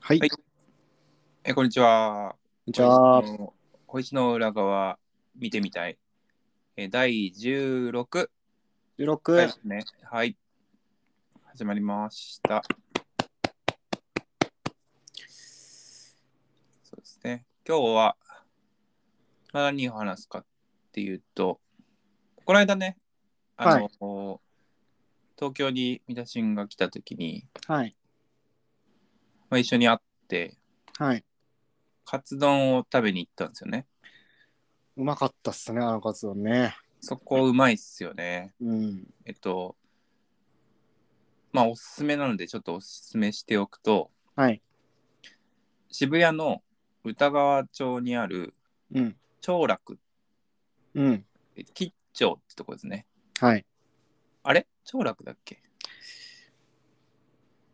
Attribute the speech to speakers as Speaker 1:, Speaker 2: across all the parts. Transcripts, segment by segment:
Speaker 1: はい。
Speaker 2: はいえ、こんにちは。
Speaker 1: じゃあ、
Speaker 2: 小石の小石の裏側見てみたい。え、第16
Speaker 1: 16、
Speaker 2: 回ですね。はい。始まりました。そうですね。今日は何を話すかっていうと、この間ね、あの、東京に三田新が来た時に、
Speaker 1: はい。
Speaker 2: まあ、一緒に会って、
Speaker 1: はい。
Speaker 2: カツ丼を食べに行ったんですよね。
Speaker 1: うまかったっすね、あのカツ丼ね。
Speaker 2: そこうまいっすよね。
Speaker 1: うん。
Speaker 2: えっと、まあおすすめなのでちょっとおすすめしておくと、
Speaker 1: はい。
Speaker 2: 渋谷の歌川町にある
Speaker 1: うん。
Speaker 2: 長楽、
Speaker 1: うん。
Speaker 2: え吉兆ってとこですね。
Speaker 1: はい。
Speaker 2: あれ長楽だっけ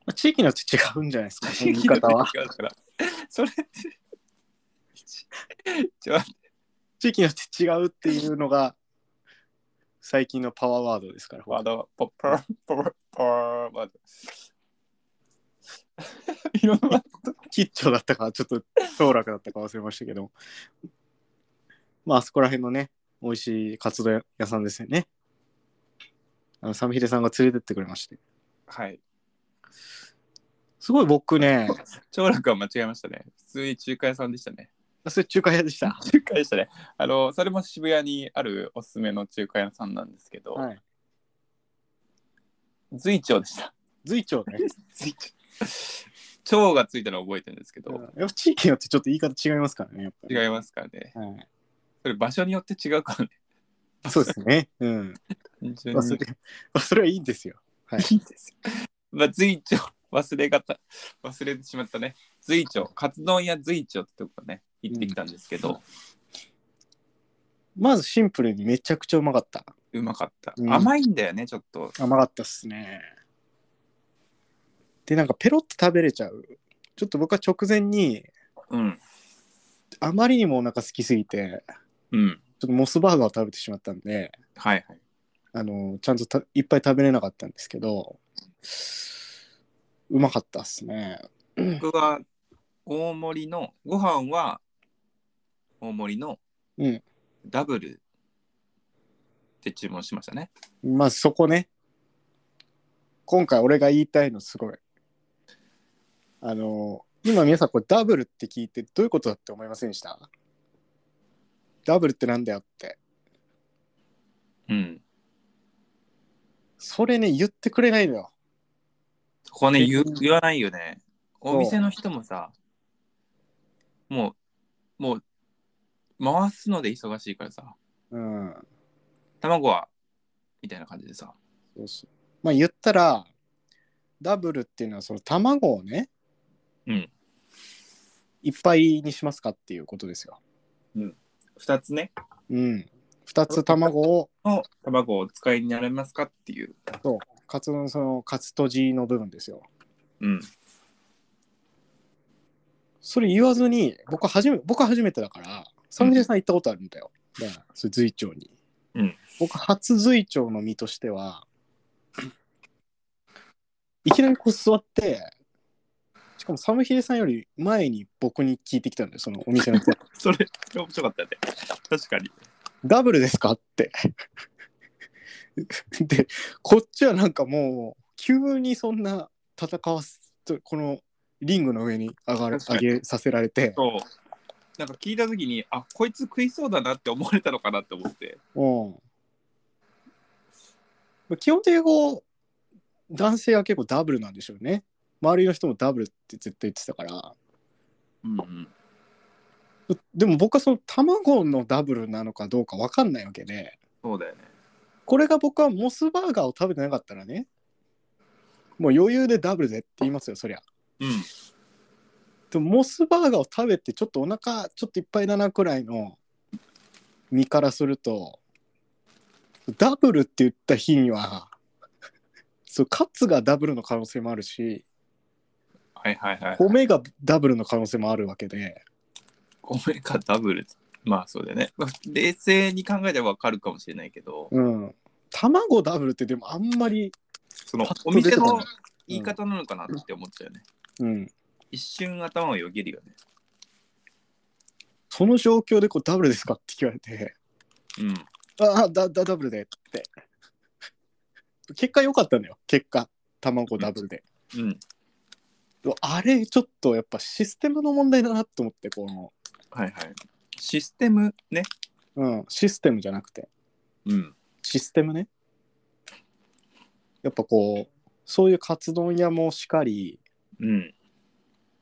Speaker 1: まあ地域によって違うんじゃない ですか、その言い方は。
Speaker 2: 違うから。それって、ちちょっと待って
Speaker 1: 地域によって違うっていうのが、最近のパワーワードですから。
Speaker 2: ワード、ポッパー、ポッパー、ワード。いろんなワード
Speaker 1: 吉兆だったか、ちょっと当落だったか忘れましたけど。まあ、あそこら辺のね、美味しいカツ丼屋さんですよね。あの、サムヒデさんが連れてってくれまして。
Speaker 2: はい。
Speaker 1: すごい僕ね、
Speaker 2: 長楽は間違えましたね。普通に中華屋さんでしたね。
Speaker 1: それ中華屋で した。
Speaker 2: 中華でしたね。あの、それも渋谷にあるおすすめの中華屋さんなんですけど、
Speaker 1: はい。
Speaker 2: 随町でした。
Speaker 1: 随町ね。
Speaker 2: 随町。蝶がついたのを覚えてるんですけど、
Speaker 1: うんやっぱ地域によってちょっと言い方違いますからね、やっぱり。
Speaker 2: 違いますからね。
Speaker 1: はい
Speaker 2: それ場所によって違うからね。
Speaker 1: そうですね。うん。
Speaker 2: 単純に
Speaker 1: 忘れ、忘れはいいんですよ。はい
Speaker 2: いいんですよ。 まあ、随町、忘れがた、忘れてしまったね。随町、カツ丼屋随町ってとこね、行ってきたんですけど、
Speaker 1: まずシンプルにめちゃくちゃうまかった。
Speaker 2: うまかった、
Speaker 1: うん
Speaker 2: 甘いんだよね、ちょっと。
Speaker 1: 甘かったっすね。で、なんかペロッと食べれちゃう。ちょっと僕は直前に、
Speaker 2: うん。
Speaker 1: あまりにもお腹空きすぎて、
Speaker 2: うん。
Speaker 1: ちょっとモスバーガーを食べてしまったんで、
Speaker 2: はいはい。
Speaker 1: あの、ちゃんとたいっぱい食べれなかったんですけど、うまかったっすね。
Speaker 2: 僕は大盛りのご飯は大盛りの
Speaker 1: うん
Speaker 2: ダブルって注文しましたね。
Speaker 1: まあそこね。今回俺が言いたいのすごい。あの、今皆さんこれダブルって聞いてどういうことだって思いませんでしたダブルってなんだよって。
Speaker 2: うん。
Speaker 1: それね、言ってくれないのよ。
Speaker 2: そこね
Speaker 1: え
Speaker 2: 言う言わないよね。
Speaker 1: そう
Speaker 2: お店の人もさ、もう、もう、回すので忙しいからさ、
Speaker 1: うん。
Speaker 2: 卵は、みたいな感じでさ。
Speaker 1: そうそうまあ言ったら、ダブルっていうのはその卵をね、
Speaker 2: うん。
Speaker 1: いっぱいにしますかっていうことですよ。
Speaker 2: 2つね、
Speaker 1: うん。二つ卵を、
Speaker 2: の卵をお使いになれますかっていう。
Speaker 1: カツのそのカツとじの部分ですよ。
Speaker 2: うん。
Speaker 1: それ言わずに僕は初め僕は初めてだからサムジェさん行ったことあるんだよ、だからそれ随町に、
Speaker 2: うん
Speaker 1: 僕初随町の身としてはいきなりこう座ってしかもサムヒデさんより前に僕に聞いてきたんだよそのお店の 人
Speaker 2: それ、面白かったね。確かに。
Speaker 1: ダブルですかって でこっちはなんかもう急にそんな戦わすとこのリングの上に上がる
Speaker 2: 確か
Speaker 1: 上
Speaker 2: に
Speaker 1: げさせられて
Speaker 2: そう。なんか聞いたときに、あこいつ食いそうだなって思われたのかなって思って。
Speaker 1: うん。基本的にこう、男性は結構ダブルなんでしょうね。周りの人もダブルって絶対言ってたから。
Speaker 2: うんうん。
Speaker 1: でも僕はその卵のダブルなのかどうか分かんないわけで、
Speaker 2: そうだよね。
Speaker 1: これが僕はモスバーガーを食べてなかったらね、もう余裕でダブルでって言いますよ、そりゃ。
Speaker 2: うん。
Speaker 1: でもモスバーガーを食べてちょっとお腹ちょっといっぱいだなくらいの身からするとダブルって言った日には そうカツがダブルの可能性もあるし
Speaker 2: はいはいはい。
Speaker 1: 米がダブルの可能性もあるわけで
Speaker 2: 米かダブル。まあそうだよね。まあ冷静に考えればわかるかもしれないけど、
Speaker 1: うん卵ダブルってでもあんまり
Speaker 2: その
Speaker 1: パッと
Speaker 2: お
Speaker 1: 出て
Speaker 2: 店
Speaker 1: こない
Speaker 2: の言い方なのかなって思っちゃうよね。
Speaker 1: うん
Speaker 2: 一瞬頭をよぎるよね。
Speaker 1: その状況でこうダブルですかって聞われて、
Speaker 2: うん。
Speaker 1: ああ、だだダブルでって。結果良かったんだよ、結果、卵ダブルで。
Speaker 2: うん。
Speaker 1: でもあれ、ちょっとやっぱシステムの問題だなと思って、この、
Speaker 2: はいはい。システムね。
Speaker 1: うん、システムじゃなくて、
Speaker 2: うん。
Speaker 1: システムね。やっぱこう、そういうカツ丼屋もしかり、
Speaker 2: うん。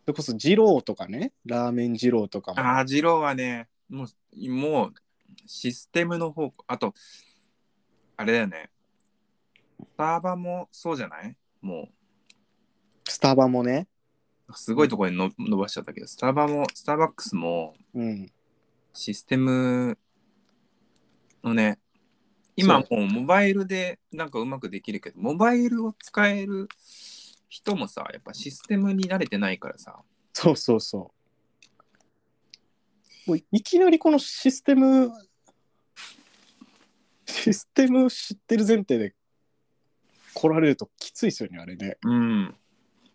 Speaker 1: それこそ二郎とかね、ラーメン二郎とかも。
Speaker 2: ああ、二郎はね、もう、もう、システムの方向。あと、あれだよね。サーバーもそうじゃないも
Speaker 1: スタバもね。
Speaker 2: う、すごいところにの伸ばしちゃったけど、スタバも、スターバックスも、
Speaker 1: うん。
Speaker 2: システムのね、今も
Speaker 1: そう
Speaker 2: モバイルでなんかうまくできるけど、モバイルを使える人もさ、やっぱシステムに慣れてないからさ、
Speaker 1: そうそうそう。もういきなりこのシステム、システム知ってる前提で来られるときついですよね、あれね。
Speaker 2: うん、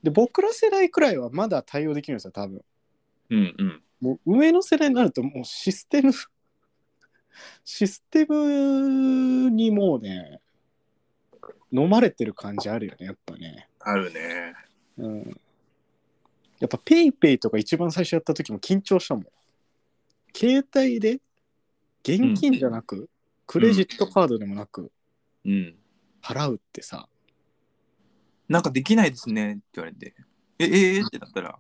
Speaker 1: で、僕ら世代くらいはまだ対応できるんですよ、多分。
Speaker 2: うん、うん、
Speaker 1: もう上の世代になるともうシステム、 システムにもうね、飲まれてる感じあるよね、やっぱね。
Speaker 2: あるね。
Speaker 1: うんやっぱペイペイとか一番最初やった時も緊張したもん。携帯で現金じゃなく、クレジットカードでもなく
Speaker 2: うん。
Speaker 1: 払うってさ、
Speaker 2: なんかできないですねって言われて、え、ええってなったら、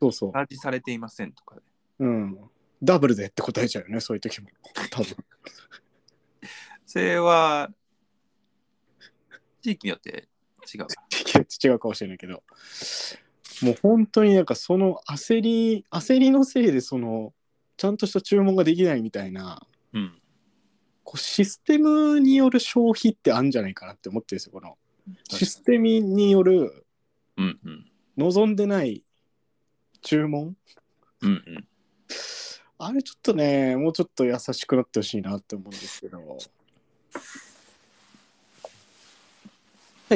Speaker 1: そうそ
Speaker 2: チャージされていませんとか、
Speaker 1: う、うん、ダブルでって答えちゃうよね、そういう時も。多分。
Speaker 2: それは、地域によって違う。
Speaker 1: 違うかもしれないけど。もう本当になんかその焦り、焦りのせいでその、ちゃんとした注文ができないみたいな、
Speaker 2: うん。
Speaker 1: こうシステムによる消費ってあるんじゃないかなって思ってるんですよ、この。システムによる
Speaker 2: うん、うん、
Speaker 1: 望んでない注文
Speaker 2: うん、うん。
Speaker 1: あれちょっとねもうちょっと優しくなってほしいなって思うんですけど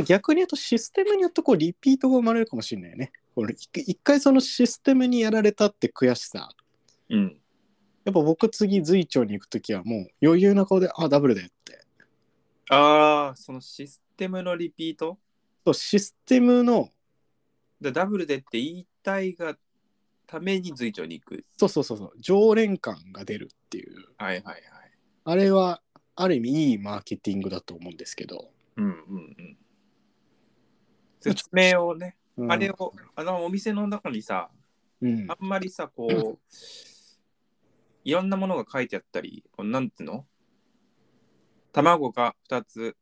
Speaker 1: 逆に言うとシステムによってこうリピートが生まれるかもしれないねこれ一一回そのシステムにやられたって悔しさ
Speaker 2: うん、
Speaker 1: やっぱ僕次随調に行く時はもう余裕な顔であダブルでって
Speaker 2: ああ、そのシステムのリピート
Speaker 1: そうシステムの
Speaker 2: でダブルでって言いたいがために随所に行く。
Speaker 1: そうそうそうそう常連感が出るっていう
Speaker 2: はいはいはい。
Speaker 1: あれはある意味いいマーケティングだと思うんですけど、
Speaker 2: うんうんうん。説明をね、
Speaker 1: うん
Speaker 2: あれを、あのお店の中にさ、
Speaker 1: うん
Speaker 2: あんまりさ、こう、いろんなものが書いてあったり、こうなんていうの卵が2つ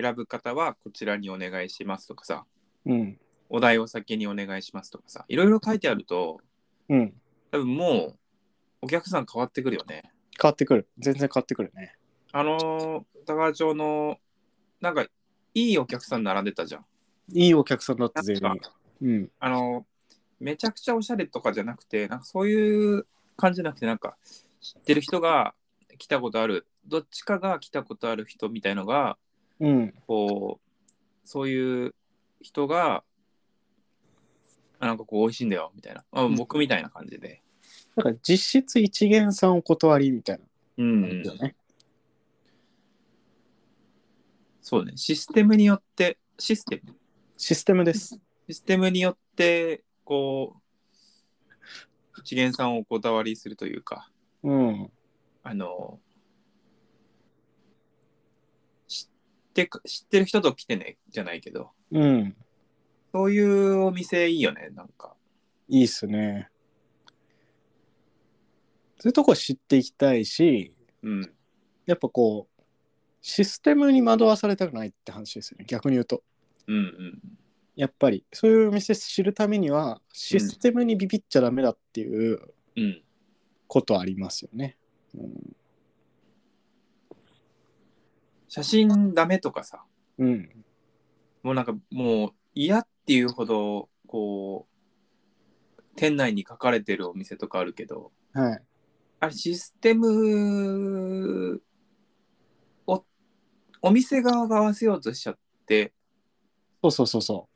Speaker 2: 選ぶ方はこちらにお願いしますとかさ、
Speaker 1: うん。
Speaker 2: お題を先にお願いしますとかさ、いろいろ書いてあると、
Speaker 1: うん。
Speaker 2: 多分もうお客さん変わってくるよね。
Speaker 1: 変わってくる。全然変わってくるね。
Speaker 2: あのー、歌川町の、なんか、いいお客さん並んでたじゃん。
Speaker 1: いいお客さんだった、全
Speaker 2: な
Speaker 1: 員
Speaker 2: ん。か
Speaker 1: うん。
Speaker 2: あのー、めちゃくちゃおしゃれとかじゃなくて、なんかそういう感じじゃなくて、なんか、知ってる人が来たことある、どっちかが来たことある人みたいのが、
Speaker 1: うん。
Speaker 2: こう、そういう人が、あなんかこう、美味しいんだよ、みたいな。あ
Speaker 1: うん
Speaker 2: 僕みたいな感じで。
Speaker 1: だから実質一元さんお断りみたいな
Speaker 2: うん、
Speaker 1: 感じだね。
Speaker 2: そうね。システムによって、システム
Speaker 1: システムです。
Speaker 2: システムによって、こう、一元さんをおこだわりするというか、
Speaker 1: うん。
Speaker 2: あの、知ってか、知ってる人と来てね、じゃないけど、
Speaker 1: うん。
Speaker 2: そういうお店いいよね、なんか。
Speaker 1: いいっすね。そういうとこ知っていきたいし、
Speaker 2: うん。
Speaker 1: やっぱこう、システムに惑わされたくないって話ですよね。逆に言うと。
Speaker 2: うんうん。
Speaker 1: やっぱり、そういうお店知るためには、システムにビビっちゃダメだっていう
Speaker 2: うん。
Speaker 1: ことありますよね。うん。
Speaker 2: 写真ダメとかさ、
Speaker 1: うん
Speaker 2: もうなんかもう嫌っていうほど、こう、店内に書かれてるお店とかあるけど、
Speaker 1: はい。
Speaker 2: あれシステムをお店側が合わせようとしちゃって
Speaker 1: そうそうそうそ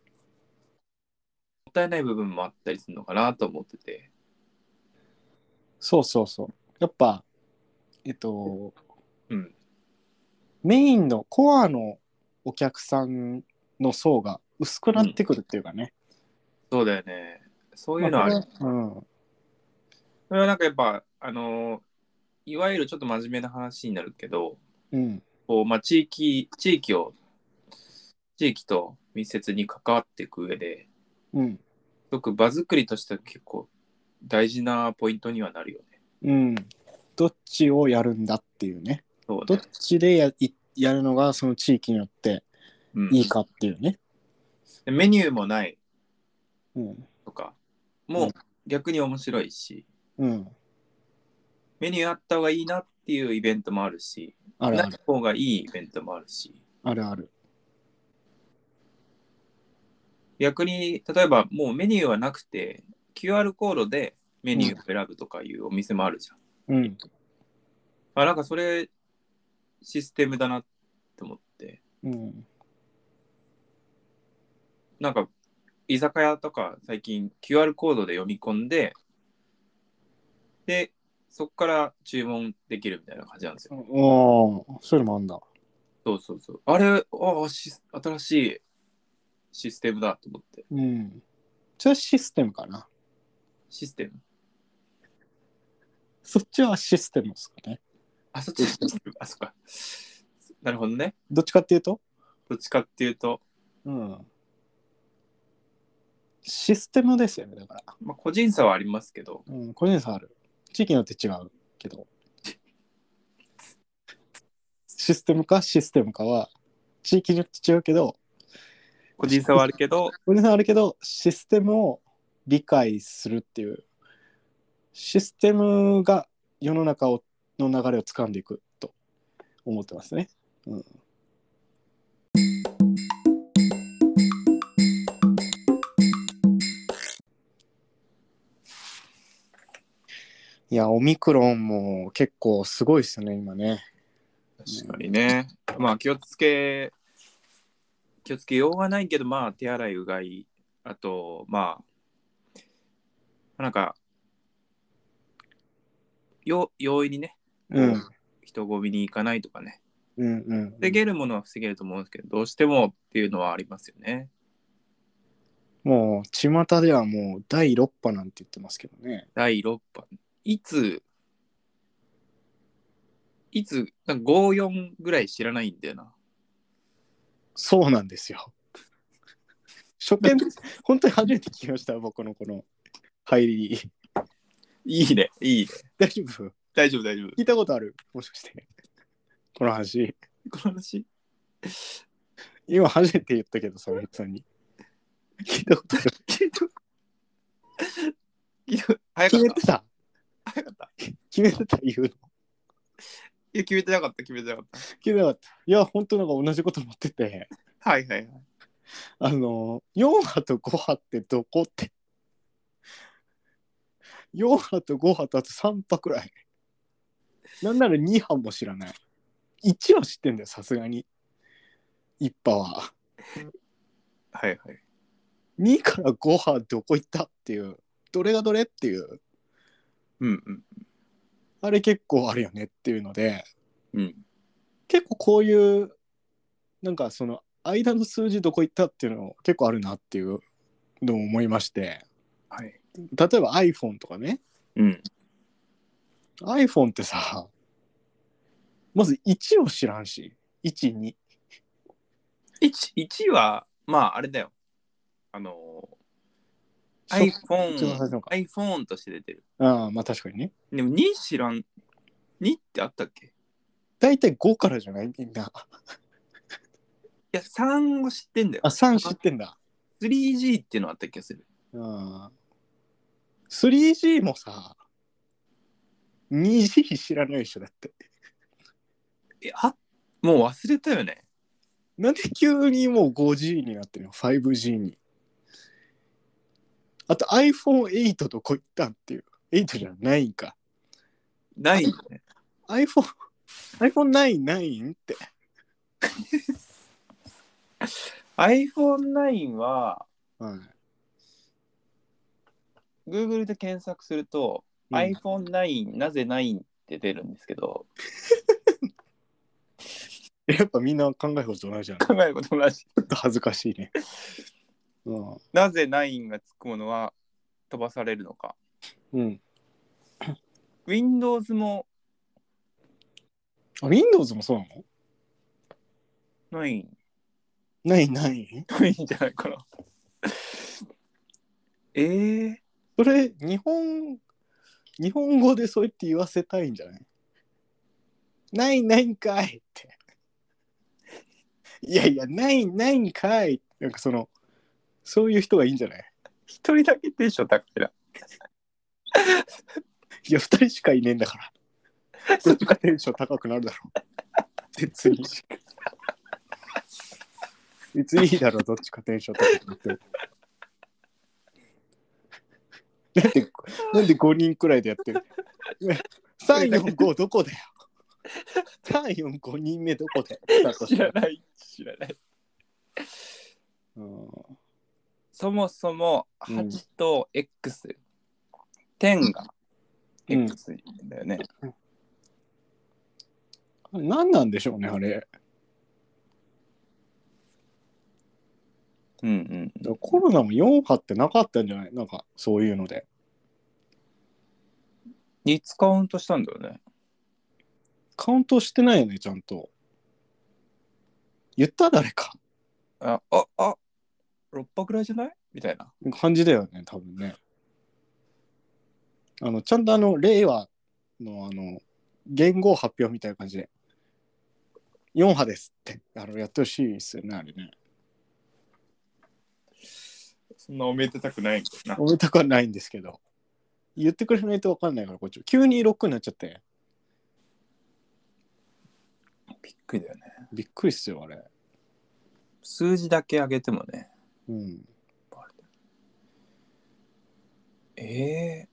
Speaker 2: ったいない部分もあったりするのかなと思ってて。
Speaker 1: そうそうそう。やっぱ、えっと、
Speaker 2: うん。
Speaker 1: メインのコアのお客さんの層が薄くなってくるっていうかね。
Speaker 2: そうだよね。そう
Speaker 1: まあ
Speaker 2: いうのはある。
Speaker 1: これうん。
Speaker 2: それはなんかやっぱ、あのーいわゆるちょっと真面目な話になるけど、
Speaker 1: うん。
Speaker 2: こう、まあ、地域、地域を、地域と密接に関わっていく上で、
Speaker 1: うん。
Speaker 2: すごく場作りとしては結構大事なポイントにはなるよね。
Speaker 1: うん。どっちをやるんだっていうね。
Speaker 2: そう
Speaker 1: ど
Speaker 2: ね
Speaker 1: っ。ちでやいやるのがその地域によって
Speaker 2: うん
Speaker 1: いいかっていうね。
Speaker 2: でメニューもない
Speaker 1: うん。
Speaker 2: とか
Speaker 1: う
Speaker 2: も
Speaker 1: ん
Speaker 2: 逆に面白いし、
Speaker 1: うん。
Speaker 2: メニューあった方がいいなっていうイベントもあるし、
Speaker 1: あるあ
Speaker 2: な
Speaker 1: る。
Speaker 2: い方がいいイベントもあるし、
Speaker 1: あるある。
Speaker 2: 逆に例えばもうメニューはなくて、QR コードでメニューを選ぶとかいうお店もあるじゃん。
Speaker 1: うん。
Speaker 2: あ、なんかそれシステムだなって思って、
Speaker 1: うん。
Speaker 2: なんか居酒屋とか最近 QR コードで読み込んで、で、そこから注文できるみたいな感じなんですよ。
Speaker 1: おーそういうのもあんだ。
Speaker 2: そうそうそう。あれ、ああ、シス新しいシステムだと思って。
Speaker 1: うん。それはシステムかな。
Speaker 2: システム
Speaker 1: そっちはシステムですかね。
Speaker 2: あ、そっちシステムあ、そっか。なるほどね。
Speaker 1: どっちかっていうと、
Speaker 2: どっちかっていうと、
Speaker 1: うん。システムですよね、だから。
Speaker 2: まあ、個人差はありますけど、
Speaker 1: うん、個人差ある。地域によって違うけ ど。システムかシステムかは、地域によって違うけど、
Speaker 2: 個人差はあるけど、
Speaker 1: 個人差あるけど、システムを理解するっていう、システムが世の中をの流れを掴んでいくと思ってますね。うん。いや、オミクロンも結構すごいですね、今ね。
Speaker 2: 確かにね。まあ、気をつけ、気をつけようがないけど、まあ、手洗い、うがい、あと、まあ、なんか、よ容易にね、
Speaker 1: うん。
Speaker 2: 人混みに行かないとかね、
Speaker 1: うんうん。
Speaker 2: 防げるものは防げると思うんですけど、どうしてもっていうのはありますよね。
Speaker 1: もう、巷ではもう第6波なんて言ってますけどね。
Speaker 2: 第6波。いつ、いつ、なんか5、4ぐらい知らないんだよな。
Speaker 1: そうなんですよ。初見、 本当に初めて聞きました、僕のこの入り。
Speaker 2: いいね、いいね。
Speaker 1: 大丈夫
Speaker 2: 大丈夫、大丈夫。
Speaker 1: 聞いたことあるもしかして。この話。
Speaker 2: この話、
Speaker 1: 今初めて言ったけど、その人さんに。聞いたことある。
Speaker 2: 聞いた聞いた早か
Speaker 1: 決め
Speaker 2: った。
Speaker 1: てた
Speaker 2: 早かった。
Speaker 1: 決めてた言うの
Speaker 2: いや、決めてなかった、決めてなかっ
Speaker 1: 決めてなかった。いや、本当なんか同じこと思ってて、
Speaker 2: た。はいはいはい。
Speaker 1: あの、4波と5波ってどこって。4波と5波とあと3波くらい。なんなら2波も知らない。1は知ってんだよ、さすがに。1波は。
Speaker 2: はいはい。
Speaker 1: 2から5波どこ行ったっていう。どれがどれっていう。
Speaker 2: うんうん。
Speaker 1: あれ結構あるよねっていうので、
Speaker 2: うん。
Speaker 1: 結構こういう、なんかその間の数字どこ行ったっていうの結構あるなっていうのを思いまして、
Speaker 2: はい。
Speaker 1: 例えば iPhone とかね、
Speaker 2: うん。
Speaker 1: iPhone ってさ、まず1を知らんし、1、2。
Speaker 2: 1, 1位は、まあ、あれだよ。あのー、
Speaker 1: 一番最初
Speaker 2: iPhone
Speaker 1: の、か
Speaker 2: iPhone として出てる。
Speaker 1: ああ、まあ確かにね。
Speaker 2: でも2知らん。2ってあったっけい
Speaker 1: 大体5からじゃないみんな。
Speaker 2: や、3を知ってんだよ
Speaker 1: あ、。3知ってんだ。
Speaker 2: 3G っていうのあった気がする。
Speaker 1: うん。3G もさ、2G 知らないでしょ、だって。
Speaker 2: え、あもう忘れたよね。
Speaker 1: なんで急にもう 5G になってるの ?5G に。あと iPhone8 どこ行ったんっていう。8じゃないんか。
Speaker 2: ないよね。
Speaker 1: iPhone、iPhone9 ないんって。
Speaker 2: iPhone9 は、
Speaker 1: はい。
Speaker 2: Google で検索すると、
Speaker 1: うん
Speaker 2: iPhone9 なぜ9って出るんですけど、
Speaker 1: やっぱみんな考え方と同じ じゃん。ち
Speaker 2: 考えることも同じ。
Speaker 1: ょっと恥ずかしいね。うん。
Speaker 2: なぜ9がつくものは飛ばされるのか。
Speaker 1: うん。
Speaker 2: Windows も
Speaker 1: あ、Windows もそうなの
Speaker 2: 9、
Speaker 1: ないない。
Speaker 2: 9じゃないかな。えー、
Speaker 1: それ、日本、日本語でそう言って言わせたいんじゃないないないんかいって。いやいや、ないないんかいなんかその、そういう人がいいんじゃない
Speaker 2: 一人だけでしょ、だ から。
Speaker 1: いや、二人しかいねえんだから。どっちかテンション高くなるだろう。別に。別にいいだろう、どっちかテンション高くなっても。なんで、なんで5人くらいでやってる ?3、4、5どこだよ。3、4、5人目どこだよ。だとし
Speaker 2: 知
Speaker 1: た
Speaker 2: ら
Speaker 1: ら
Speaker 2: ない、知らない。
Speaker 1: うん
Speaker 2: そもそも
Speaker 1: うん
Speaker 2: 8と X、10が X だよね。
Speaker 1: 何なんでしょうね、あれ。
Speaker 2: うんうん。
Speaker 1: コロナも4波ってなかったんじゃないなんか、そういうので。
Speaker 2: いつカウントしたんだよね。
Speaker 1: カウントしてないよね、ちゃんと。言った誰か。
Speaker 2: あ、あ、あ、6波ぐらいじゃないみたいな。
Speaker 1: 感じだよね、多分ね。あの、ちゃんとあの、令和のあの、言語発表みたいな感じで、4波ですって、あの、やってほしいですよね、あれね。
Speaker 2: そんなおめでたくないんだよ
Speaker 1: おめでたくはないんですけど。言ってくれないと分かんないから、こっち。急に6になっちゃって。
Speaker 2: な。びっくりだよね。
Speaker 1: びっくりっすよ、あれ。
Speaker 2: 数字だけ上げてもね。
Speaker 1: うん。
Speaker 2: ええ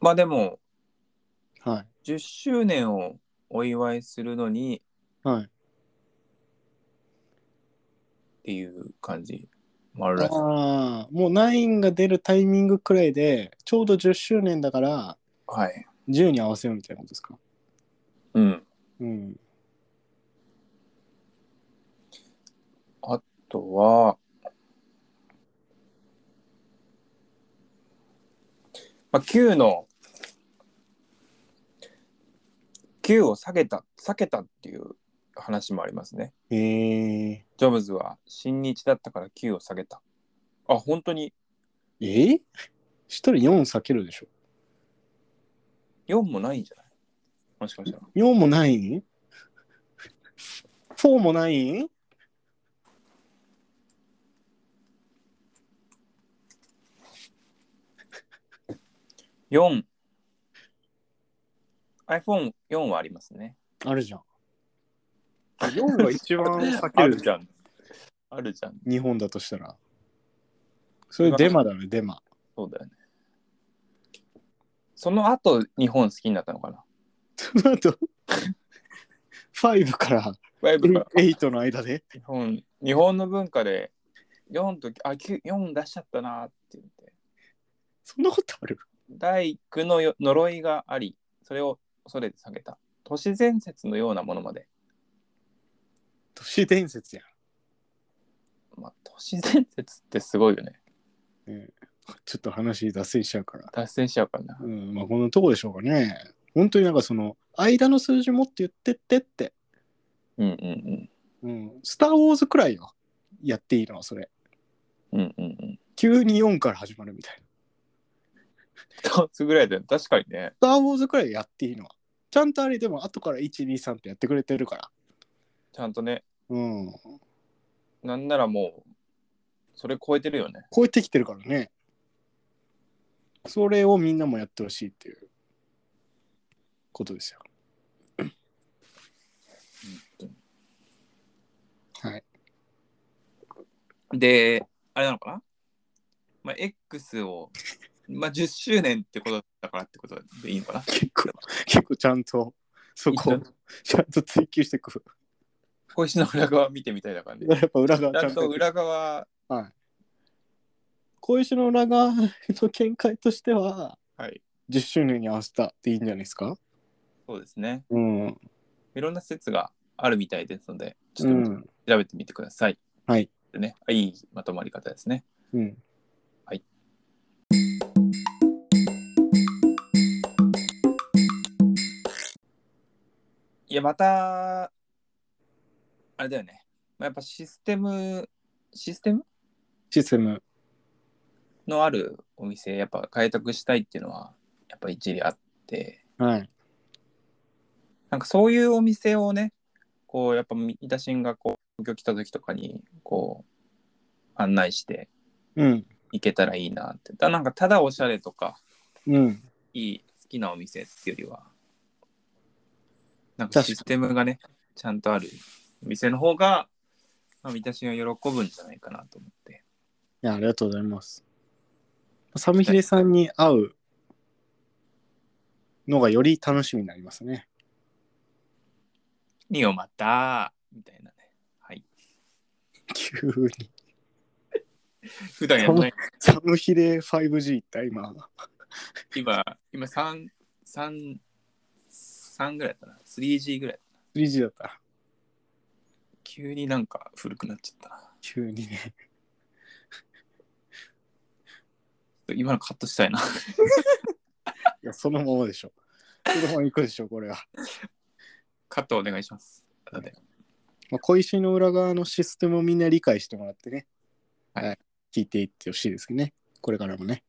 Speaker 2: まあでも、
Speaker 1: はい。
Speaker 2: 10周年をお祝いするのに
Speaker 1: はい。
Speaker 2: っていう感じもあるらしい。
Speaker 1: ああ、もう9が出るタイミングくらいで、ちょうど10周年だから、
Speaker 2: はい。
Speaker 1: 10に合わせようみたいなことですか
Speaker 2: うん。
Speaker 1: うん。
Speaker 2: あとは、まあ、9の9を下げた下げたっていう話もありますね。
Speaker 1: え
Speaker 2: ジョブズは新日だったから9を下げた。あ本当に
Speaker 1: ー、えしたら4避けるでしょ
Speaker 2: 4もないんじゃないもしかしたら。
Speaker 1: ?4 もない ?4 もない
Speaker 2: 4 iPhone4 はありますね。
Speaker 1: あるじゃん。4が一番避
Speaker 2: あるじゃん。あるじゃん。
Speaker 1: 日本だとしたら。それデマだね、デマ。
Speaker 2: そうだよね。その後日本好きになったのかな
Speaker 1: その後、5から
Speaker 2: ワイブが
Speaker 1: 8の間で。
Speaker 2: 日本日本の文化で4とあ九4出しちゃったなって言って
Speaker 1: そんなことある
Speaker 2: 第9のよ呪いがありそれを恐れて下げた都市伝説のようなものまで、
Speaker 1: 都市伝説や
Speaker 2: まあ、都市伝説ってすごいよね
Speaker 1: ん。ねちょっと話脱線しちゃうから。
Speaker 2: 脱線しちゃうからな
Speaker 1: うん、まあこのとこでしょうかね。本当になんかその、間の数字もって言ってってって。
Speaker 2: うんうん
Speaker 1: うん、スター・ウォーズくらいよ。やっていいのはそれ。
Speaker 2: うんうんうんうん
Speaker 1: 急に4から始まるみたいな。
Speaker 2: 一つぐらいで確かにね
Speaker 1: スター・ウォーズくらいやっていいのは。ちゃんとあれでも後から123ってやってくれてるから。
Speaker 2: ちゃんとね
Speaker 1: うん。
Speaker 2: なんならもうそれ超えてるよね
Speaker 1: 超えてきてるからね。それをみんなもやってほしいっていうことですよ。はい。
Speaker 2: であれなのかな、まあ、X を、まあ、10周年ってことだからってことでいいのかな
Speaker 1: 結構、結構ちゃんと、そこ
Speaker 2: いい
Speaker 1: をちゃんと追求していく。
Speaker 2: 小 石の裏側見てみたいな感じ
Speaker 1: やっぱ裏側ち
Speaker 2: ち
Speaker 1: ゃ
Speaker 2: ゃ
Speaker 1: ん
Speaker 2: ん
Speaker 1: と
Speaker 2: と。裏側、
Speaker 1: はい小石の裏側の見解としては
Speaker 2: はい。
Speaker 1: 10周年に合わせたでいいんじゃないですか
Speaker 2: そうですね。
Speaker 1: うん、
Speaker 2: いろんな施設があるみたいですので、ち
Speaker 1: う
Speaker 2: ょっと
Speaker 1: ん
Speaker 2: 調べてみてください。
Speaker 1: はい、
Speaker 2: でね、あいいまとまり方ですね。
Speaker 1: うん、
Speaker 2: いや、また、あれだよね。まあ、やっぱシステム、システム
Speaker 1: システム
Speaker 2: のあるお店、やっぱ開拓したいっていうのは、やっぱ一理あって、
Speaker 1: はい
Speaker 2: なんかそういうお店をね、こう、やっぱ三田新がこう、東京来た時とかに、こう、案内して
Speaker 1: うん
Speaker 2: 行けたらいいなって。だなんかただおしゃれとか、
Speaker 1: うん
Speaker 2: いい、好きなお店っていうよりは、な
Speaker 1: 確
Speaker 2: ん
Speaker 1: か
Speaker 2: か
Speaker 1: に
Speaker 2: システムがね、ちゃんとあるお店の方が、まあ、三田新は喜ぶんじゃないかなと思って。
Speaker 1: いやありがとうございますサムヒデさんに会うのがより楽しみになりますね
Speaker 2: にをまたみたいなね。はい。
Speaker 1: 急に
Speaker 2: 普段やらない。
Speaker 1: サムヒデ 5G って今
Speaker 2: 今、今3、三三ぐらいだったな。3G ぐらい。
Speaker 1: 3G だった
Speaker 2: 急になんか古くなっちゃったな。
Speaker 1: 急にね
Speaker 2: 今のカットしたいな。
Speaker 1: いやそのままでしょそのまま行くでしょこれは、
Speaker 2: カットお願いします。後で
Speaker 1: まあ、小石の裏側のシステムをみんな理解してもらってね、
Speaker 2: はい
Speaker 1: 聞いていってほしいですねこれからもね